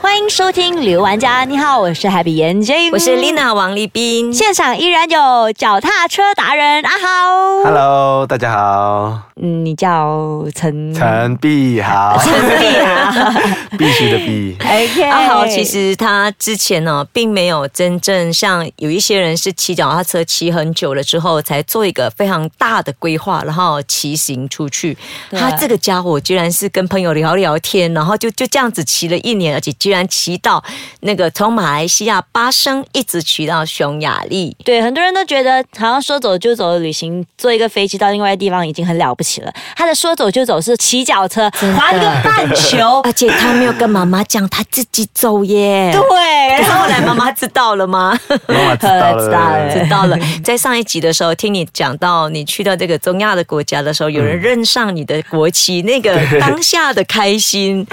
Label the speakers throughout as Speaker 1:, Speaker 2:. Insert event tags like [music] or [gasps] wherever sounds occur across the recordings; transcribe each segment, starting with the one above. Speaker 1: 欢迎收听《旅游玩家》，你好，我是 Happy 眼睛，
Speaker 2: 我是 Lina 王立斌。
Speaker 1: 现场依然有脚踏车达人阿豪
Speaker 3: Hello，大家好，
Speaker 1: 嗯，你叫陈
Speaker 3: 陈碧豪，
Speaker 2: 嗯
Speaker 1: 碧 [laughs] 啊
Speaker 3: [laughs] 必须的必。
Speaker 1: ，OK，
Speaker 2: 阿豪啊其实他之前呢、并没有真正像有一些人是骑脚踏车骑很久了之后，才做一个非常大的规划，然后骑行出去。
Speaker 1: 对
Speaker 2: 他这个家伙居然是跟朋友聊聊天，然后就就这样子骑了一年，而且居然骑到那个从马来西亚巴生一直骑到匈牙利。
Speaker 1: 对很多人都觉得好像说走就走的旅行，坐一个飞机到另外一个地方已经很了不起了。他的说走就走是骑脚车滑一个半球
Speaker 2: 而，且他没有跟妈妈讲，他自己走耶。
Speaker 1: [laughs] 对，然后
Speaker 2: 后来妈妈知道了吗？
Speaker 3: 妈妈知道
Speaker 1: 知道了
Speaker 3: 了，
Speaker 2: 知道了，在上一集的时候，听你讲到你去到这个中亚的国家的时候，有人认上你的国旗，那个当下的开心，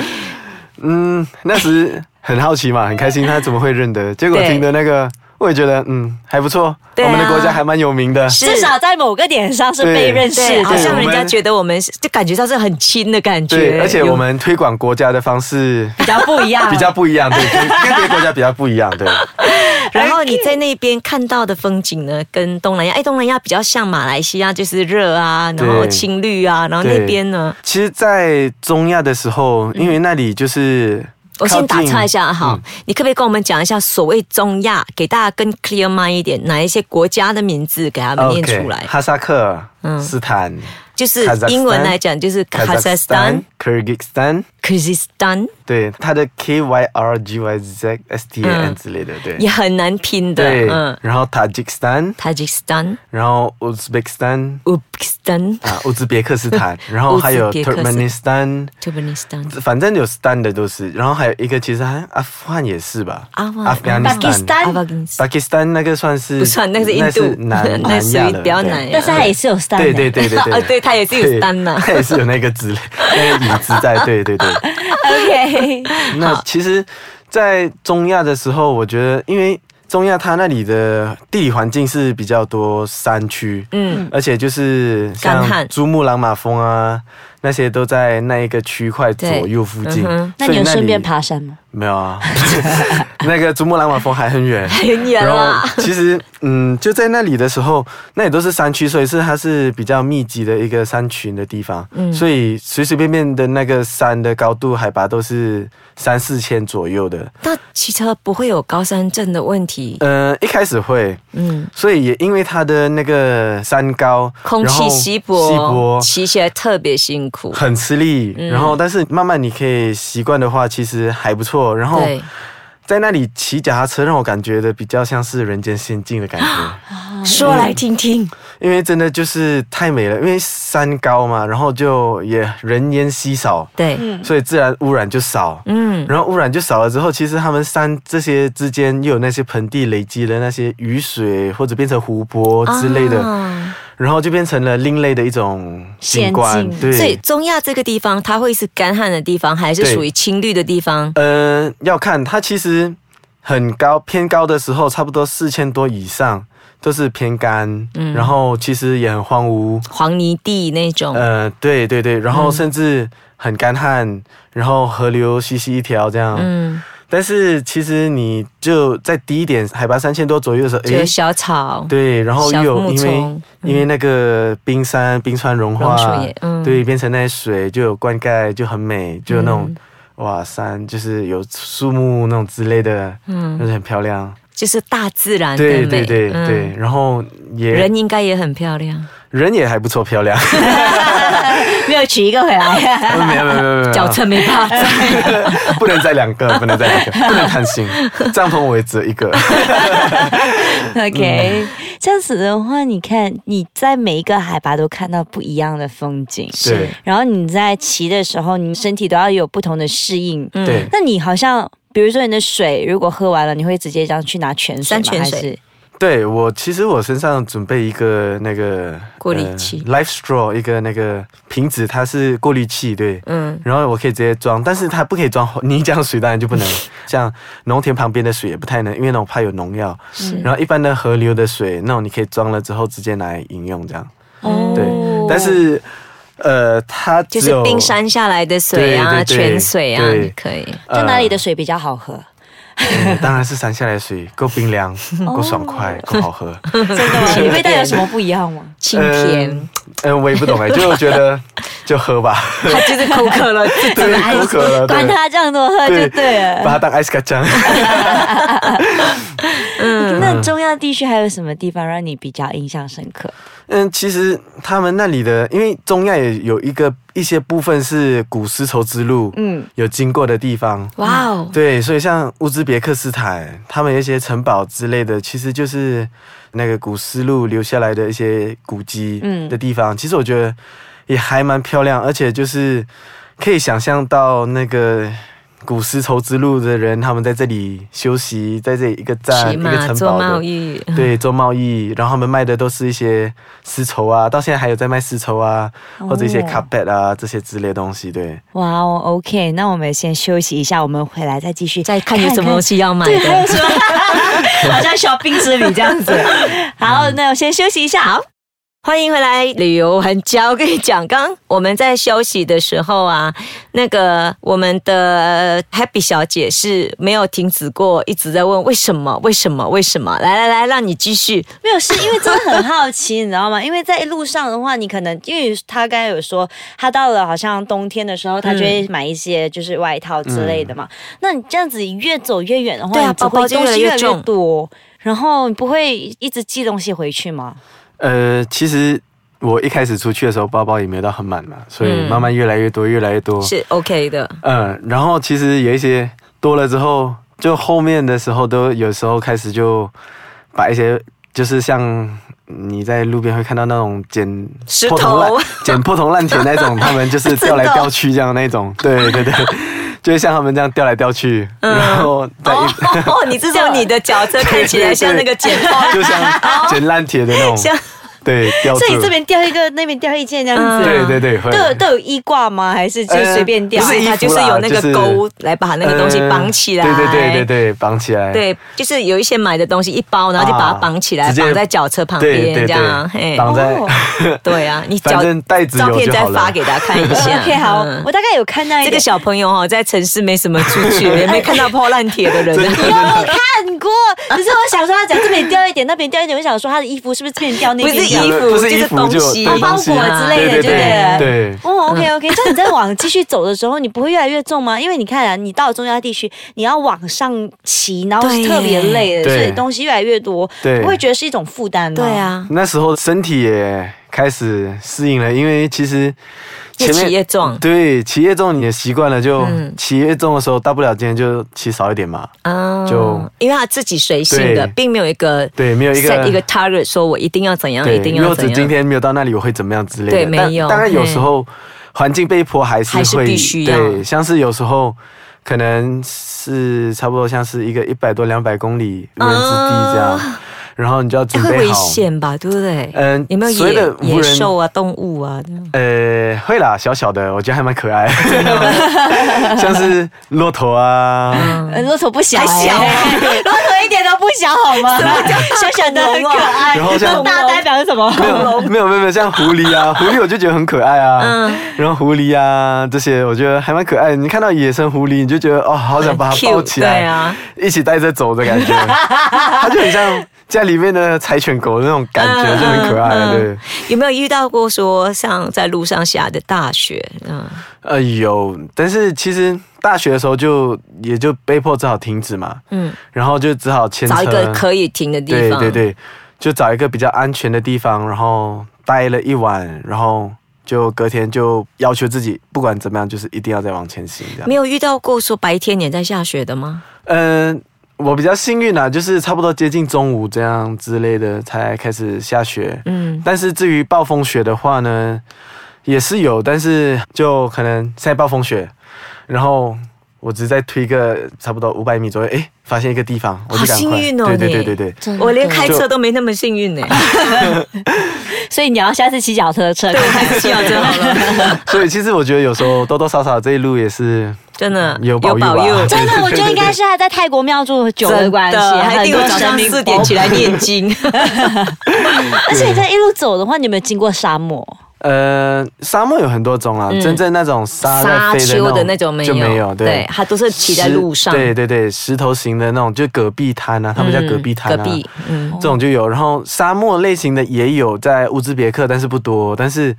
Speaker 3: 嗯，那时很好奇嘛，很开心，他怎么会认得？结果
Speaker 2: 对
Speaker 3: 听的那个，我也觉得嗯还不错，
Speaker 2: 对啊
Speaker 3: 我们的国家还蛮有名的。
Speaker 2: 是
Speaker 1: 至少在某个点上是被
Speaker 3: 对
Speaker 1: 认识
Speaker 2: 对，
Speaker 1: 的，
Speaker 2: 好像人
Speaker 3: 我
Speaker 2: 家
Speaker 3: 们
Speaker 2: 觉得我们是就感觉到是很亲的感觉。
Speaker 3: 对，而且
Speaker 2: 有啊
Speaker 3: 我们推广国家的方式
Speaker 1: 比较不一样，
Speaker 3: [laughs] 比较不一
Speaker 2: [laughs]
Speaker 3: 样，对，跟跟别的国家比较不一样，对。
Speaker 2: 然后你在那边看到的风景呢，跟东南亚，哎，东南亚比较像马来西亚，就是热啊，然后
Speaker 3: 对
Speaker 2: 青绿啊，然后那
Speaker 3: 对
Speaker 2: 边呢，
Speaker 3: 其实，在中亚的时候，因为那里就是
Speaker 2: 嗯我先打
Speaker 3: 靠近嗯
Speaker 2: 岔一下哈，你可不可以跟我们讲一下所谓中亚，给大家更 clear mind 一点，哪一些国家的名字给他们念出来嗯
Speaker 3: OK，哈萨克、斯坦、
Speaker 2: 就是英文来讲就是 Kazakhstan、、
Speaker 3: Kyrgyzstan，
Speaker 2: Kyrgyzstan，
Speaker 3: 对，它的 K Y R G Y Z S T A N 之类的，对
Speaker 2: 也很难拼的，
Speaker 3: 对
Speaker 2: 嗯，
Speaker 3: 然后 Tajikistan，
Speaker 2: ，Tajikistan、
Speaker 3: 然后
Speaker 2: [laughs]
Speaker 3: Uzbekistan
Speaker 2: Uzbekistan、
Speaker 3: 啊，乌兹别克斯坦，然后还有
Speaker 2: 乌兹别克斯
Speaker 3: Turkmenistan，
Speaker 2: Turkmenistan。
Speaker 3: 反正有 stan 的都是，然后还有一个其实还阿富汗也是吧，
Speaker 2: 阿富汗
Speaker 3: 阿富汗、
Speaker 1: Pakistan
Speaker 2: 阿巴金斯
Speaker 3: Pakistan 那个算是
Speaker 2: 不算那个是印度
Speaker 3: 南
Speaker 2: [laughs] 那
Speaker 3: 南
Speaker 2: 属于
Speaker 3: 亚的，
Speaker 2: 比较
Speaker 3: 对
Speaker 2: 南亚
Speaker 1: 但是他也是有 s t
Speaker 3: 对对对对
Speaker 2: [laughs]
Speaker 3: 对，
Speaker 2: 啊对 [laughs] 它也是有
Speaker 3: 对
Speaker 2: stan 呐
Speaker 3: 它也是有那个字，那个影子在，对对对。
Speaker 1: OK，
Speaker 3: 那其实，在中亚的时候，我觉得因为。中亚它那里的地理环境是比较多山区，
Speaker 2: 嗯，
Speaker 3: 而且就是
Speaker 2: 干旱
Speaker 3: 像珠穆朗玛峰啊，那些都在那一个区块
Speaker 2: 对
Speaker 3: 左右附近
Speaker 2: 嗯哼。
Speaker 1: 那你有
Speaker 3: 所以
Speaker 1: 顺
Speaker 3: 里
Speaker 1: 便爬山吗？
Speaker 3: 没有啊， [laughs] 那个珠穆朗玛峰还很远，
Speaker 2: 很远
Speaker 3: 然
Speaker 2: 啦
Speaker 3: 后其实，嗯，就在那里的时候，那里都是山区，所以是它是比较密集的一个山群的地方，
Speaker 2: 嗯
Speaker 3: 所以随随便便的那个山的高度、海拔都是三四千左右的。
Speaker 2: 那骑车不会有高山症的问题，
Speaker 3: 呃，一开始会，
Speaker 2: 嗯，
Speaker 3: 所以也因为它的那个山高，
Speaker 2: 空
Speaker 3: 然后
Speaker 2: 气稀薄，嗯
Speaker 3: 稀薄，
Speaker 2: 骑起来特别辛苦。
Speaker 3: 很吃力。然后，但是慢慢你可以习惯的话，其实还不错。然后。
Speaker 2: 对，
Speaker 3: 在那里骑脚踏车，让我感觉的比较像是人间仙境的感
Speaker 2: [gasps]
Speaker 3: 觉，
Speaker 2: 说来听听。
Speaker 3: 因为真的就是太美了，因为山高嘛，然后就也人烟稀少，
Speaker 2: 对，
Speaker 3: 所以自然污染就少。
Speaker 2: 嗯，
Speaker 3: 然后污染就少了之后，其实他们山这些之间又有那些盆地累积的那些雨水，或者变成湖泊之类的，
Speaker 2: 嗯啊
Speaker 3: 然后就变成了另类的一种景观
Speaker 1: 仙。境
Speaker 2: 所以
Speaker 3: 对，
Speaker 2: 中亚这个地方，它会是干旱的地方，还是
Speaker 3: 对
Speaker 2: 属于青绿的地方？
Speaker 3: 呃，要看它其实很高偏高的时候，差不多四千多以上都是偏干，然后其实也很荒芜，
Speaker 2: 黄泥地那种。
Speaker 3: 呃，对对对，然后甚至很干旱，然后河流熙熙一条这样。
Speaker 2: 嗯，
Speaker 3: 但是其实你就在低一点，海拔三千多左右的时候，
Speaker 2: 就有
Speaker 3: 诶，
Speaker 2: 小草。
Speaker 3: 对，然后又
Speaker 2: 小木嗯
Speaker 3: 有因为、
Speaker 2: 丛
Speaker 3: 因为那个冰山冰川融化，
Speaker 2: 融水嗯
Speaker 3: 对，变成那些水就有灌溉，就很美，就有那种、
Speaker 2: 嗯
Speaker 3: 哇山，就是有树木那种之类的，嗯，就是很漂亮。
Speaker 2: 就是大自然的
Speaker 3: 对
Speaker 2: 美，
Speaker 3: 对对
Speaker 2: 嗯
Speaker 3: 对，然后也
Speaker 2: 人应该也很漂亮，
Speaker 3: 人也还不错，
Speaker 2: [laughs]
Speaker 3: 漂亮。
Speaker 1: [laughs] 没有取一个回来。
Speaker 3: 没有没有没有没有没有，
Speaker 2: 脚车没办
Speaker 3: 嗯
Speaker 2: 法。
Speaker 3: [laughs] 不能再两个，不能再两个，不能贪心。帐篷我也只有
Speaker 2: [laughs]
Speaker 3: 一个。
Speaker 1: OK，这嗯样子的话，你看你在每一个海拔都看到不一样的风景，
Speaker 3: 对
Speaker 1: 然后你在骑的时候，你身体都要有不同的适应。嗯，
Speaker 3: 对，
Speaker 1: 那你好像。比如说你的水如果喝完了，你会直接这样去拿泉水
Speaker 2: 山
Speaker 1: 吗？
Speaker 2: 泉水
Speaker 1: 还是
Speaker 3: 对我其实我身上准备一个那个
Speaker 2: 过滤器
Speaker 3: l i f e straw 一个那个瓶子，它是过滤器，对，
Speaker 2: 嗯，
Speaker 3: 然后我可以直接装，但是它不可以装泥浆水，当然就
Speaker 2: [laughs]
Speaker 3: 不能。像农田旁边的水也不太能，因为那种怕有农药。然后一般的河流的水，那种你可以装了之后直接拿来饮用这样。
Speaker 1: 哦
Speaker 3: 对，但是呃，它只
Speaker 2: 就
Speaker 3: 有
Speaker 2: 是冰山下来的水啊，
Speaker 3: 对对对
Speaker 2: 泉水啊，
Speaker 3: 对呃
Speaker 2: 你可以。
Speaker 1: 就哪里的水比较好喝？
Speaker 3: [laughs] 嗯当然是山下来的水，够冰凉，
Speaker 2: 哦
Speaker 3: 够爽快，够好
Speaker 2: [laughs]
Speaker 3: 喝。
Speaker 1: 真的吗？
Speaker 2: 甜
Speaker 1: 你味道有什么不一样吗？
Speaker 2: 清甜
Speaker 3: 嗯，嗯，我也不懂哎，就觉得就喝吧，
Speaker 2: [laughs] 它就是口渴
Speaker 3: [laughs]
Speaker 2: 了，自己
Speaker 3: 对，口渴了，
Speaker 1: 管
Speaker 3: 对
Speaker 1: 他这样多喝就对了。
Speaker 3: 把它当 ice
Speaker 1: [laughs]
Speaker 3: 卡酱。
Speaker 2: 嗯
Speaker 1: 那中亚地区还有什么地方让你比较印象深刻？
Speaker 3: 嗯，其实他们那里的，因为中亚也有一个一些部分是古丝绸之路，
Speaker 1: 嗯
Speaker 3: 嗯，有经过的地方。
Speaker 2: 哇哦，
Speaker 3: 对，所以像乌兹别克斯坦，他们有一些城堡之类的，其实就是那个古丝路留下来的一些古迹
Speaker 1: 嗯
Speaker 3: 的地方。其实我觉得也还蛮漂亮，而且就是可以想象到那个古丝绸之路的人，他们在这里休息，在这里一个站
Speaker 2: 骑
Speaker 3: 一个
Speaker 2: 马
Speaker 3: 城
Speaker 2: 做
Speaker 3: 堡
Speaker 2: 贸
Speaker 3: 的。
Speaker 2: 易， [laughs]
Speaker 3: 对，做贸易，然后他们卖的都是一些丝绸啊，到现在还有在卖丝绸啊，或者一些
Speaker 1: 哦
Speaker 3: carpet 啊这些之类的东西。对，
Speaker 1: 哇哦，OK，那我们先休息一下，我们回来再继续
Speaker 2: 再看有什么
Speaker 1: [laughs]
Speaker 2: 东西要买
Speaker 1: 对，还
Speaker 2: 的。
Speaker 1: 有什么？好像小冰之旅这样子。 [laughs] 好，那我先休息一下。好，
Speaker 2: 欢迎回来，旅游玩家。我跟你讲，刚刚我们在休息的时候啊，那个我们的呃 Happy 小姐是没有停止过，一直在问为什么，为什么，为什么。来来来，让你继续。
Speaker 1: 没有，是因为真的很好奇， [laughs] 你知道吗？因为在路上的话，你可能因为他刚才有说，他到了好像冬天的时候，他就会买一些就是外套之类的嘛。那你这样子越走越远的话，
Speaker 2: 对啊
Speaker 1: 你只会
Speaker 2: 包包就
Speaker 1: 东西
Speaker 2: 越
Speaker 1: 越
Speaker 2: 来
Speaker 1: 来
Speaker 2: 越
Speaker 1: 越
Speaker 2: 重
Speaker 1: 多，然后你不会一直寄东西回去吗？
Speaker 3: 呃，其实我一开始出去的时候，包包也没有到很满嘛，所以
Speaker 2: 嗯
Speaker 3: 慢慢越来越多，越来越多。
Speaker 2: 是 OK 的，
Speaker 3: 嗯，然后其实有一些多了之后，就后面的时候都有时候开始就把一些就是像你在路边会看到那种捡
Speaker 2: 石
Speaker 3: 破铜烂
Speaker 2: 头
Speaker 3: 捡破铜烂铁那种，他们
Speaker 2: [laughs]
Speaker 3: 就是掉来掉去这样那种，对对对，就会像他们这样掉来掉去，然后再
Speaker 2: 哦
Speaker 3: 一。，
Speaker 2: 哦，你是说你的脚车看起来像那个剪刀
Speaker 3: [laughs]
Speaker 2: [laughs]
Speaker 3: 就像捡烂铁的那种
Speaker 2: 像，
Speaker 3: 对，吊
Speaker 1: 所以
Speaker 3: 住
Speaker 1: 这边掉一个，那边掉一件这样子，
Speaker 3: 对对
Speaker 2: 嗯
Speaker 3: 对，会
Speaker 1: 嗯都有都有衣挂吗？还是就
Speaker 3: 呃
Speaker 1: 随便掉？
Speaker 3: 不是衣服
Speaker 2: 它
Speaker 3: 啦
Speaker 2: 就是有那个钩来把那个东西绑起来啊
Speaker 3: 呃对对对对对，绑起来。
Speaker 2: 对，就是有一些买的东西一包，然后就把它绑起来，
Speaker 3: 啊直接
Speaker 2: 绑在脚车旁
Speaker 3: 对
Speaker 2: 边
Speaker 3: 对
Speaker 2: 这样。
Speaker 3: 对，
Speaker 2: 嘿，
Speaker 3: 绑在
Speaker 1: 哦
Speaker 2: 对
Speaker 3: [laughs]
Speaker 2: 啊，你
Speaker 3: 反
Speaker 2: 脚
Speaker 3: 正袋子有
Speaker 2: 照片
Speaker 3: 就
Speaker 2: 再
Speaker 3: 好了
Speaker 2: 发给大家看一下。
Speaker 1: [laughs] OK，好，
Speaker 2: 嗯
Speaker 1: 我大概有看到一
Speaker 2: 这
Speaker 1: 个
Speaker 2: 个小朋友哈、哦，在城市没什么出
Speaker 1: [laughs]
Speaker 2: 去，也没看到破烂铁的人。啊
Speaker 3: 真
Speaker 1: 你有没有哦看过？只是我想说，他讲这边掉一点，那边掉一点，我想说他的衣服是不是这边掉那
Speaker 2: 不
Speaker 1: 边
Speaker 2: 是
Speaker 1: 掉
Speaker 2: 衣？服，
Speaker 3: 不是衣服
Speaker 2: 就是东西，
Speaker 3: 就对
Speaker 1: 包
Speaker 3: 东西
Speaker 1: 裹之类的，
Speaker 3: 对对
Speaker 1: 就了。
Speaker 3: 对
Speaker 1: 哦、o k OK，这样你在往继续走的时候，你不会越来越重吗？因为你看啊，你到了中央地区，你要往上骑，然后是
Speaker 2: 对
Speaker 1: 特别累的，
Speaker 3: 对
Speaker 1: 所以东西越来越多，
Speaker 3: 对
Speaker 1: 不会觉得是一种负担吗？
Speaker 2: 对，
Speaker 1: [laughs]
Speaker 2: 啊，
Speaker 3: 那时候身体也开始适应了，因为其实
Speaker 2: 越
Speaker 3: 前面
Speaker 2: 骑越壮
Speaker 3: 对，骑越重你也习惯了，就
Speaker 2: 嗯
Speaker 3: 骑越重的时候，大不了今天就骑少一点嘛。
Speaker 2: 啊
Speaker 3: 就
Speaker 2: 因为他自己随性的，
Speaker 3: 对
Speaker 2: 并没有一个
Speaker 3: 对，没有一个
Speaker 2: set 一个 target，说我一定要怎样，啊
Speaker 3: 对，
Speaker 2: 一定
Speaker 3: 如
Speaker 2: 要
Speaker 3: 果
Speaker 2: 怎
Speaker 3: 只
Speaker 2: 样。
Speaker 3: 今天没有到那里，我会怎么样之类的？
Speaker 2: 对没有
Speaker 3: 但当然有
Speaker 2: 嗯
Speaker 3: 时候环境被迫还是
Speaker 2: 还是
Speaker 3: 会
Speaker 2: 必须要
Speaker 3: 对，像是有时候可能是差不多像是一个一百多两百公里无人之地这样，
Speaker 2: 啊
Speaker 3: 然后你就要
Speaker 2: 这
Speaker 3: 准
Speaker 2: 会
Speaker 3: 备
Speaker 2: 危
Speaker 3: 好。
Speaker 2: 险吧，对不对？
Speaker 3: 嗯
Speaker 2: 有没有
Speaker 3: 所谓
Speaker 2: 野
Speaker 3: 的无
Speaker 2: 野
Speaker 3: 人
Speaker 2: 兽啊、动物啊？这样
Speaker 3: 呃，会啦，小小的，我觉得还蛮可爱， [laughs] 像是骆驼啊，
Speaker 2: 嗯
Speaker 1: 呃骆驼不小、
Speaker 2: 还小
Speaker 1: 欸骆驼一点都不小，好吗？小小的很可爱，
Speaker 3: 然后像
Speaker 1: 那大代表是什么？
Speaker 3: [laughs] 没有没有没有没有，像狐
Speaker 2: [laughs]
Speaker 3: 狸啊，狐狸我就觉得很可爱啊。
Speaker 2: 嗯
Speaker 3: 然后狐狸啊这些，我觉得还蛮可爱。你看到野生狐狸，你就觉得哦，好想把它抱起来，
Speaker 2: 对啊，
Speaker 3: 一起带着走的感
Speaker 2: [laughs]
Speaker 3: 觉。它就很像家里面的柴犬狗那种感
Speaker 2: 嗯
Speaker 3: 觉，就很可爱。对，
Speaker 2: 有没有遇到过说像在路上下的大雪？嗯，
Speaker 3: 呃有，但是其实大学的时候就也就被迫只好停止嘛。
Speaker 2: 嗯
Speaker 3: 嗯，然后就只好牵车，
Speaker 2: 找一个可以停的地
Speaker 3: 对
Speaker 2: 方。
Speaker 3: 对对，就找一个比较安全的地方，然后待了一晚，然后就隔天就要求自己，不管怎么样，就是一定要再往前行。这样
Speaker 2: 没，有遇到过说白天也在下雪的吗？
Speaker 3: 嗯、我比较幸运啊，就是差不多接近中午这样之类的才开始下雪。
Speaker 2: 嗯，
Speaker 3: 但是至于暴风雪的话呢，也是有，但是就可能现在暴风雪，然后我只是在推个差不多五百米左右，哎，发现一个地方，我
Speaker 2: 好
Speaker 3: 就赶
Speaker 2: 幸
Speaker 3: 快，
Speaker 2: 运哦，
Speaker 3: 对
Speaker 2: 你
Speaker 3: 对对对对，
Speaker 1: 真的
Speaker 2: 我连开车都没那么幸
Speaker 3: [laughs]
Speaker 2: 运呢、
Speaker 1: 所以你要下次骑脚踏车，
Speaker 2: 对，我还是骑脚车好
Speaker 1: [laughs]
Speaker 2: 了，
Speaker 3: [laughs] 所以其实我觉得有时候多多少少这一路也是
Speaker 2: 真的
Speaker 3: 有保佑吧
Speaker 2: 佑，
Speaker 1: 真的，我觉得应该是他在泰国庙住久的关系，
Speaker 2: 真的还一
Speaker 1: 很
Speaker 2: 定
Speaker 1: 多
Speaker 2: 我早上
Speaker 1: 神明
Speaker 2: 四点起来念 [laughs] 经。
Speaker 1: 而且你在一路走的话，你有没有经过沙漠？
Speaker 3: [laughs] 呃，沙漠有很多种啊，真正那种沙
Speaker 2: 嗯
Speaker 3: 在
Speaker 2: 沙
Speaker 3: 飞
Speaker 2: 丘的那种没
Speaker 3: 没
Speaker 2: 有，
Speaker 3: 就有，对，
Speaker 2: 它都是骑在路上，
Speaker 3: 石对对对，石头型的那种，就戈壁滩啊，他们叫戈壁滩、啊
Speaker 2: 戈壁，嗯，
Speaker 3: 这种就有。然后沙漠类型的也有，在乌兹别克，但是不多，但是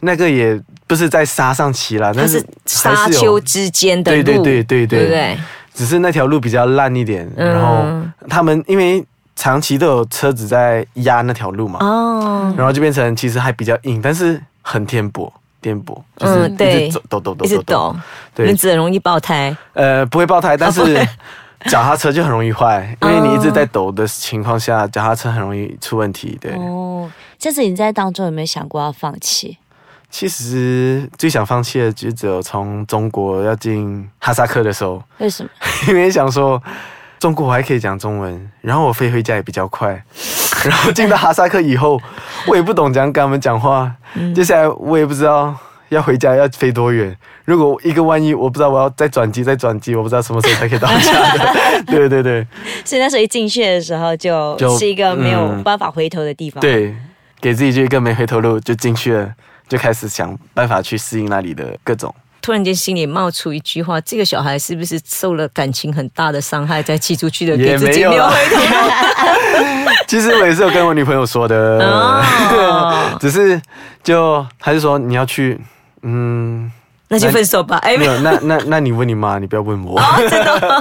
Speaker 3: 那个也不是在沙上骑啦，
Speaker 2: 它
Speaker 3: 但
Speaker 2: 是
Speaker 3: 是
Speaker 2: 沙
Speaker 3: 还是有
Speaker 2: 丘之间的
Speaker 3: 对
Speaker 2: 路，
Speaker 3: 对
Speaker 2: 对
Speaker 3: 对对对
Speaker 2: 不对？
Speaker 3: 只是那条路比较烂一点，
Speaker 2: 嗯
Speaker 3: 然后他们因为长期都有车子在压那条路嘛，
Speaker 2: 哦，
Speaker 3: 然后就变成其实还比较硬，但是很颠簸，颠簸就是
Speaker 2: 嗯对
Speaker 3: 一直走抖抖抖
Speaker 1: 哦
Speaker 2: 一直
Speaker 3: 抖
Speaker 2: 抖
Speaker 3: 抖，，
Speaker 2: 轮
Speaker 3: 对，
Speaker 2: 子很容易爆胎，
Speaker 3: 呃，不会爆胎，但
Speaker 2: 哦不
Speaker 3: 是
Speaker 2: 会哦
Speaker 3: 脚踏车就很容易坏，因为你一直在抖的情况下，脚踏车很容易出问题。对，
Speaker 1: 哦，这次你在当中有没有想过要放弃？
Speaker 3: 其实最想放弃的就只有从中国要进哈萨克的时候，
Speaker 1: 为什么？
Speaker 3: [laughs] 因为想说中国我还可以讲中文，然后我飞回家也比较快， [laughs] 然后进到哈萨克以后，我也不懂怎样跟他们讲话，接下来我也不知道。要回家要飞多远？如果一个万一，我不知道我要再转机再转机，我不知道什么时候才可以到家的。对对对
Speaker 1: 所以那时候一进去的时候，就
Speaker 3: 就是
Speaker 1: 一个没有
Speaker 3: 嗯
Speaker 1: 办法回头的地方。，
Speaker 3: 对，给自己就一个没回头路，就进去了，就开始想办法去适应那里的各种。
Speaker 2: 突然间心里冒出一句话：这个小孩是不是受了感情很大的伤害，才骑出去的，给
Speaker 3: 也
Speaker 2: 自
Speaker 3: 没
Speaker 2: 己
Speaker 3: 有
Speaker 2: 留
Speaker 3: 啊
Speaker 2: 回
Speaker 3: [laughs]
Speaker 2: 头路？
Speaker 3: 其实我也是有跟我女朋友说的，
Speaker 2: 哦
Speaker 3: [laughs] 只是就她就说你要去，嗯，
Speaker 2: 那就分手吧。哎，
Speaker 3: 没
Speaker 2: 没有 [laughs] 哦
Speaker 3: 有，那那那你问你妈，你不要问我，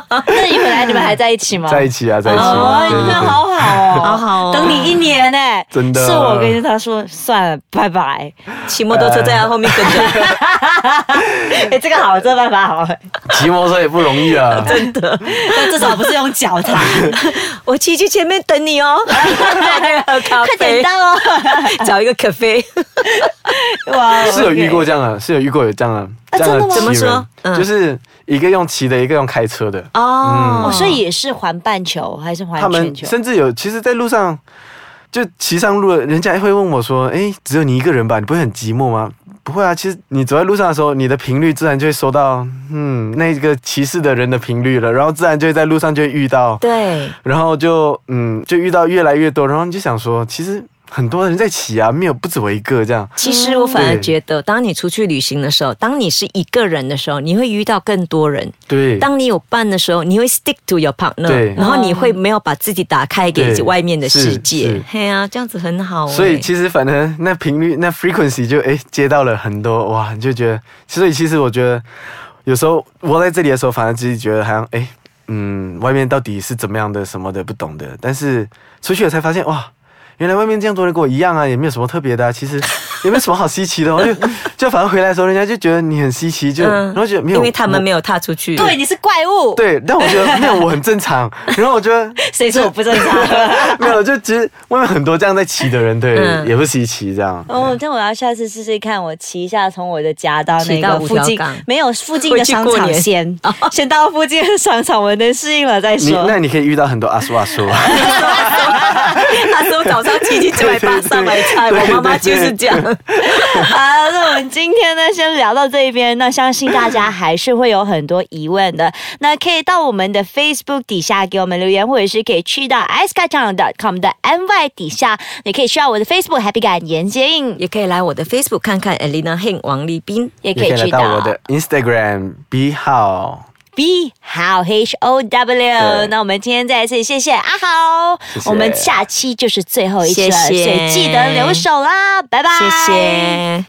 Speaker 1: 那你本来你们还在一起吗？
Speaker 3: [laughs] 在一起啊，在一起，
Speaker 1: 哦，
Speaker 3: 对
Speaker 1: 你
Speaker 3: 对
Speaker 1: 们
Speaker 3: 对。
Speaker 1: 好好哦，
Speaker 2: 好好哦
Speaker 1: 等你一年呢、
Speaker 3: 真的
Speaker 1: 是我跟他说算了，拜 [laughs] 拜。
Speaker 2: 骑摩托车在他后面跟着，
Speaker 1: 哎、这个好，这个办法好，
Speaker 3: 骑摩托车也不容易啊，
Speaker 1: 但至少不是用脚踏，
Speaker 2: 我骑去前面等你 [laughs] 哦。快
Speaker 1: 快点到哦。
Speaker 2: 找一个咖啡。
Speaker 1: [laughs] 哇，
Speaker 3: 是有遇过这样的，是有遇过有这样的，这
Speaker 1: 真
Speaker 3: 样
Speaker 1: 的吗
Speaker 3: 骑人
Speaker 2: 怎么说嗯
Speaker 3: 就是一个用骑的，一个用开车的，嗯
Speaker 2: 哦
Speaker 1: 哦，所以也是环半球还是环
Speaker 3: 他
Speaker 1: 全
Speaker 3: 们
Speaker 1: 球？
Speaker 3: 甚至有，其实，在路上就骑上路了，人家会问我说：“哎，只有你一个人吧？你不会很寂寞吗？”不会啊，其实你走在路上的时候，你的频率自然就会收到，嗯，那个歧视的人的频率了，然后自然就会在路上就会遇到，
Speaker 2: 对，
Speaker 3: 然后就嗯，就遇到越来越多，然后你就想说，其实很多人在骑啊，没有不止我一个这样，
Speaker 2: 其实我反而
Speaker 3: 嗯对
Speaker 2: 觉得，当你出去旅行的时候，当你是一个人的时候，你会遇到更多人；
Speaker 3: 对，
Speaker 2: 当你有伴的时候，你会 stick to your partner，
Speaker 3: 对
Speaker 2: 然后你会没有把自己打开给
Speaker 3: 对
Speaker 2: 外面的世
Speaker 3: 是
Speaker 2: 界
Speaker 3: 是。
Speaker 2: 嘿啊，这样子很好欸。
Speaker 3: 所以其实反正那频率那 frequency 就哎接到了很多哇，你就觉得，所以其实我觉得有时候窝在这里的时候，反而自己觉得好像哎，嗯，外面到底是怎么样的什么的不懂的，但是出去了才发现哇。原来外面这样多人跟我一样啊，也没有什么特别的、啊，其 [laughs] 实也没有什么好稀奇的、哦，就就反正回来的时候，人家就觉得你很稀奇，就、然后觉得没有，
Speaker 2: 嗯因为他们没
Speaker 3: 有
Speaker 2: 有踏出去。
Speaker 1: 对，你是怪物，
Speaker 3: 对，但我觉得没有，我很正常，
Speaker 1: [laughs]
Speaker 3: 然后我觉得
Speaker 1: 谁说我不正常？ [laughs]
Speaker 3: 没有，就其实外面很多这样在骑的人，对，
Speaker 2: 嗯
Speaker 3: 也不稀奇这样。
Speaker 1: 哦，但我要下次试试看，我骑一下从我的家到
Speaker 2: 骑
Speaker 1: 那
Speaker 2: 到
Speaker 1: 个
Speaker 2: 五
Speaker 1: 附
Speaker 2: 条
Speaker 1: 近
Speaker 2: 港，
Speaker 1: 没有附近的
Speaker 2: 回去
Speaker 1: 商
Speaker 2: 过
Speaker 1: 场
Speaker 2: 年
Speaker 1: [laughs] 先，先到附近的商场，我能适应了再
Speaker 3: 你
Speaker 1: 说。
Speaker 3: 那你可以遇到很多阿叔
Speaker 1: [laughs]
Speaker 3: 阿叔，
Speaker 2: [laughs] 他说早上七七九百八三百菜，我妈妈就是这样。
Speaker 1: 好，那我们今天呢，先聊到这边。那相信大家还是会有很多疑问的，那可以到我们的 Facebook 底下给我们留言，或者是可以去到 i c e k a c h a n g c o m 的 my 底下，也可以需要我的 Facebook Happy 感言接应，
Speaker 2: 也可以来我的 Facebook 看看 Elena Heng 王立斌。
Speaker 1: 也可以
Speaker 3: 也可以来
Speaker 1: 去
Speaker 3: 到我的 Instagram B 号。
Speaker 1: B 好 H O W。
Speaker 3: 对
Speaker 1: 那我们今天再一次谢谢阿豪，
Speaker 3: 谢谢
Speaker 1: 我们下期就是最后一期了，
Speaker 2: 谢谢
Speaker 1: 所以记得留守啦，拜拜，
Speaker 2: 谢谢。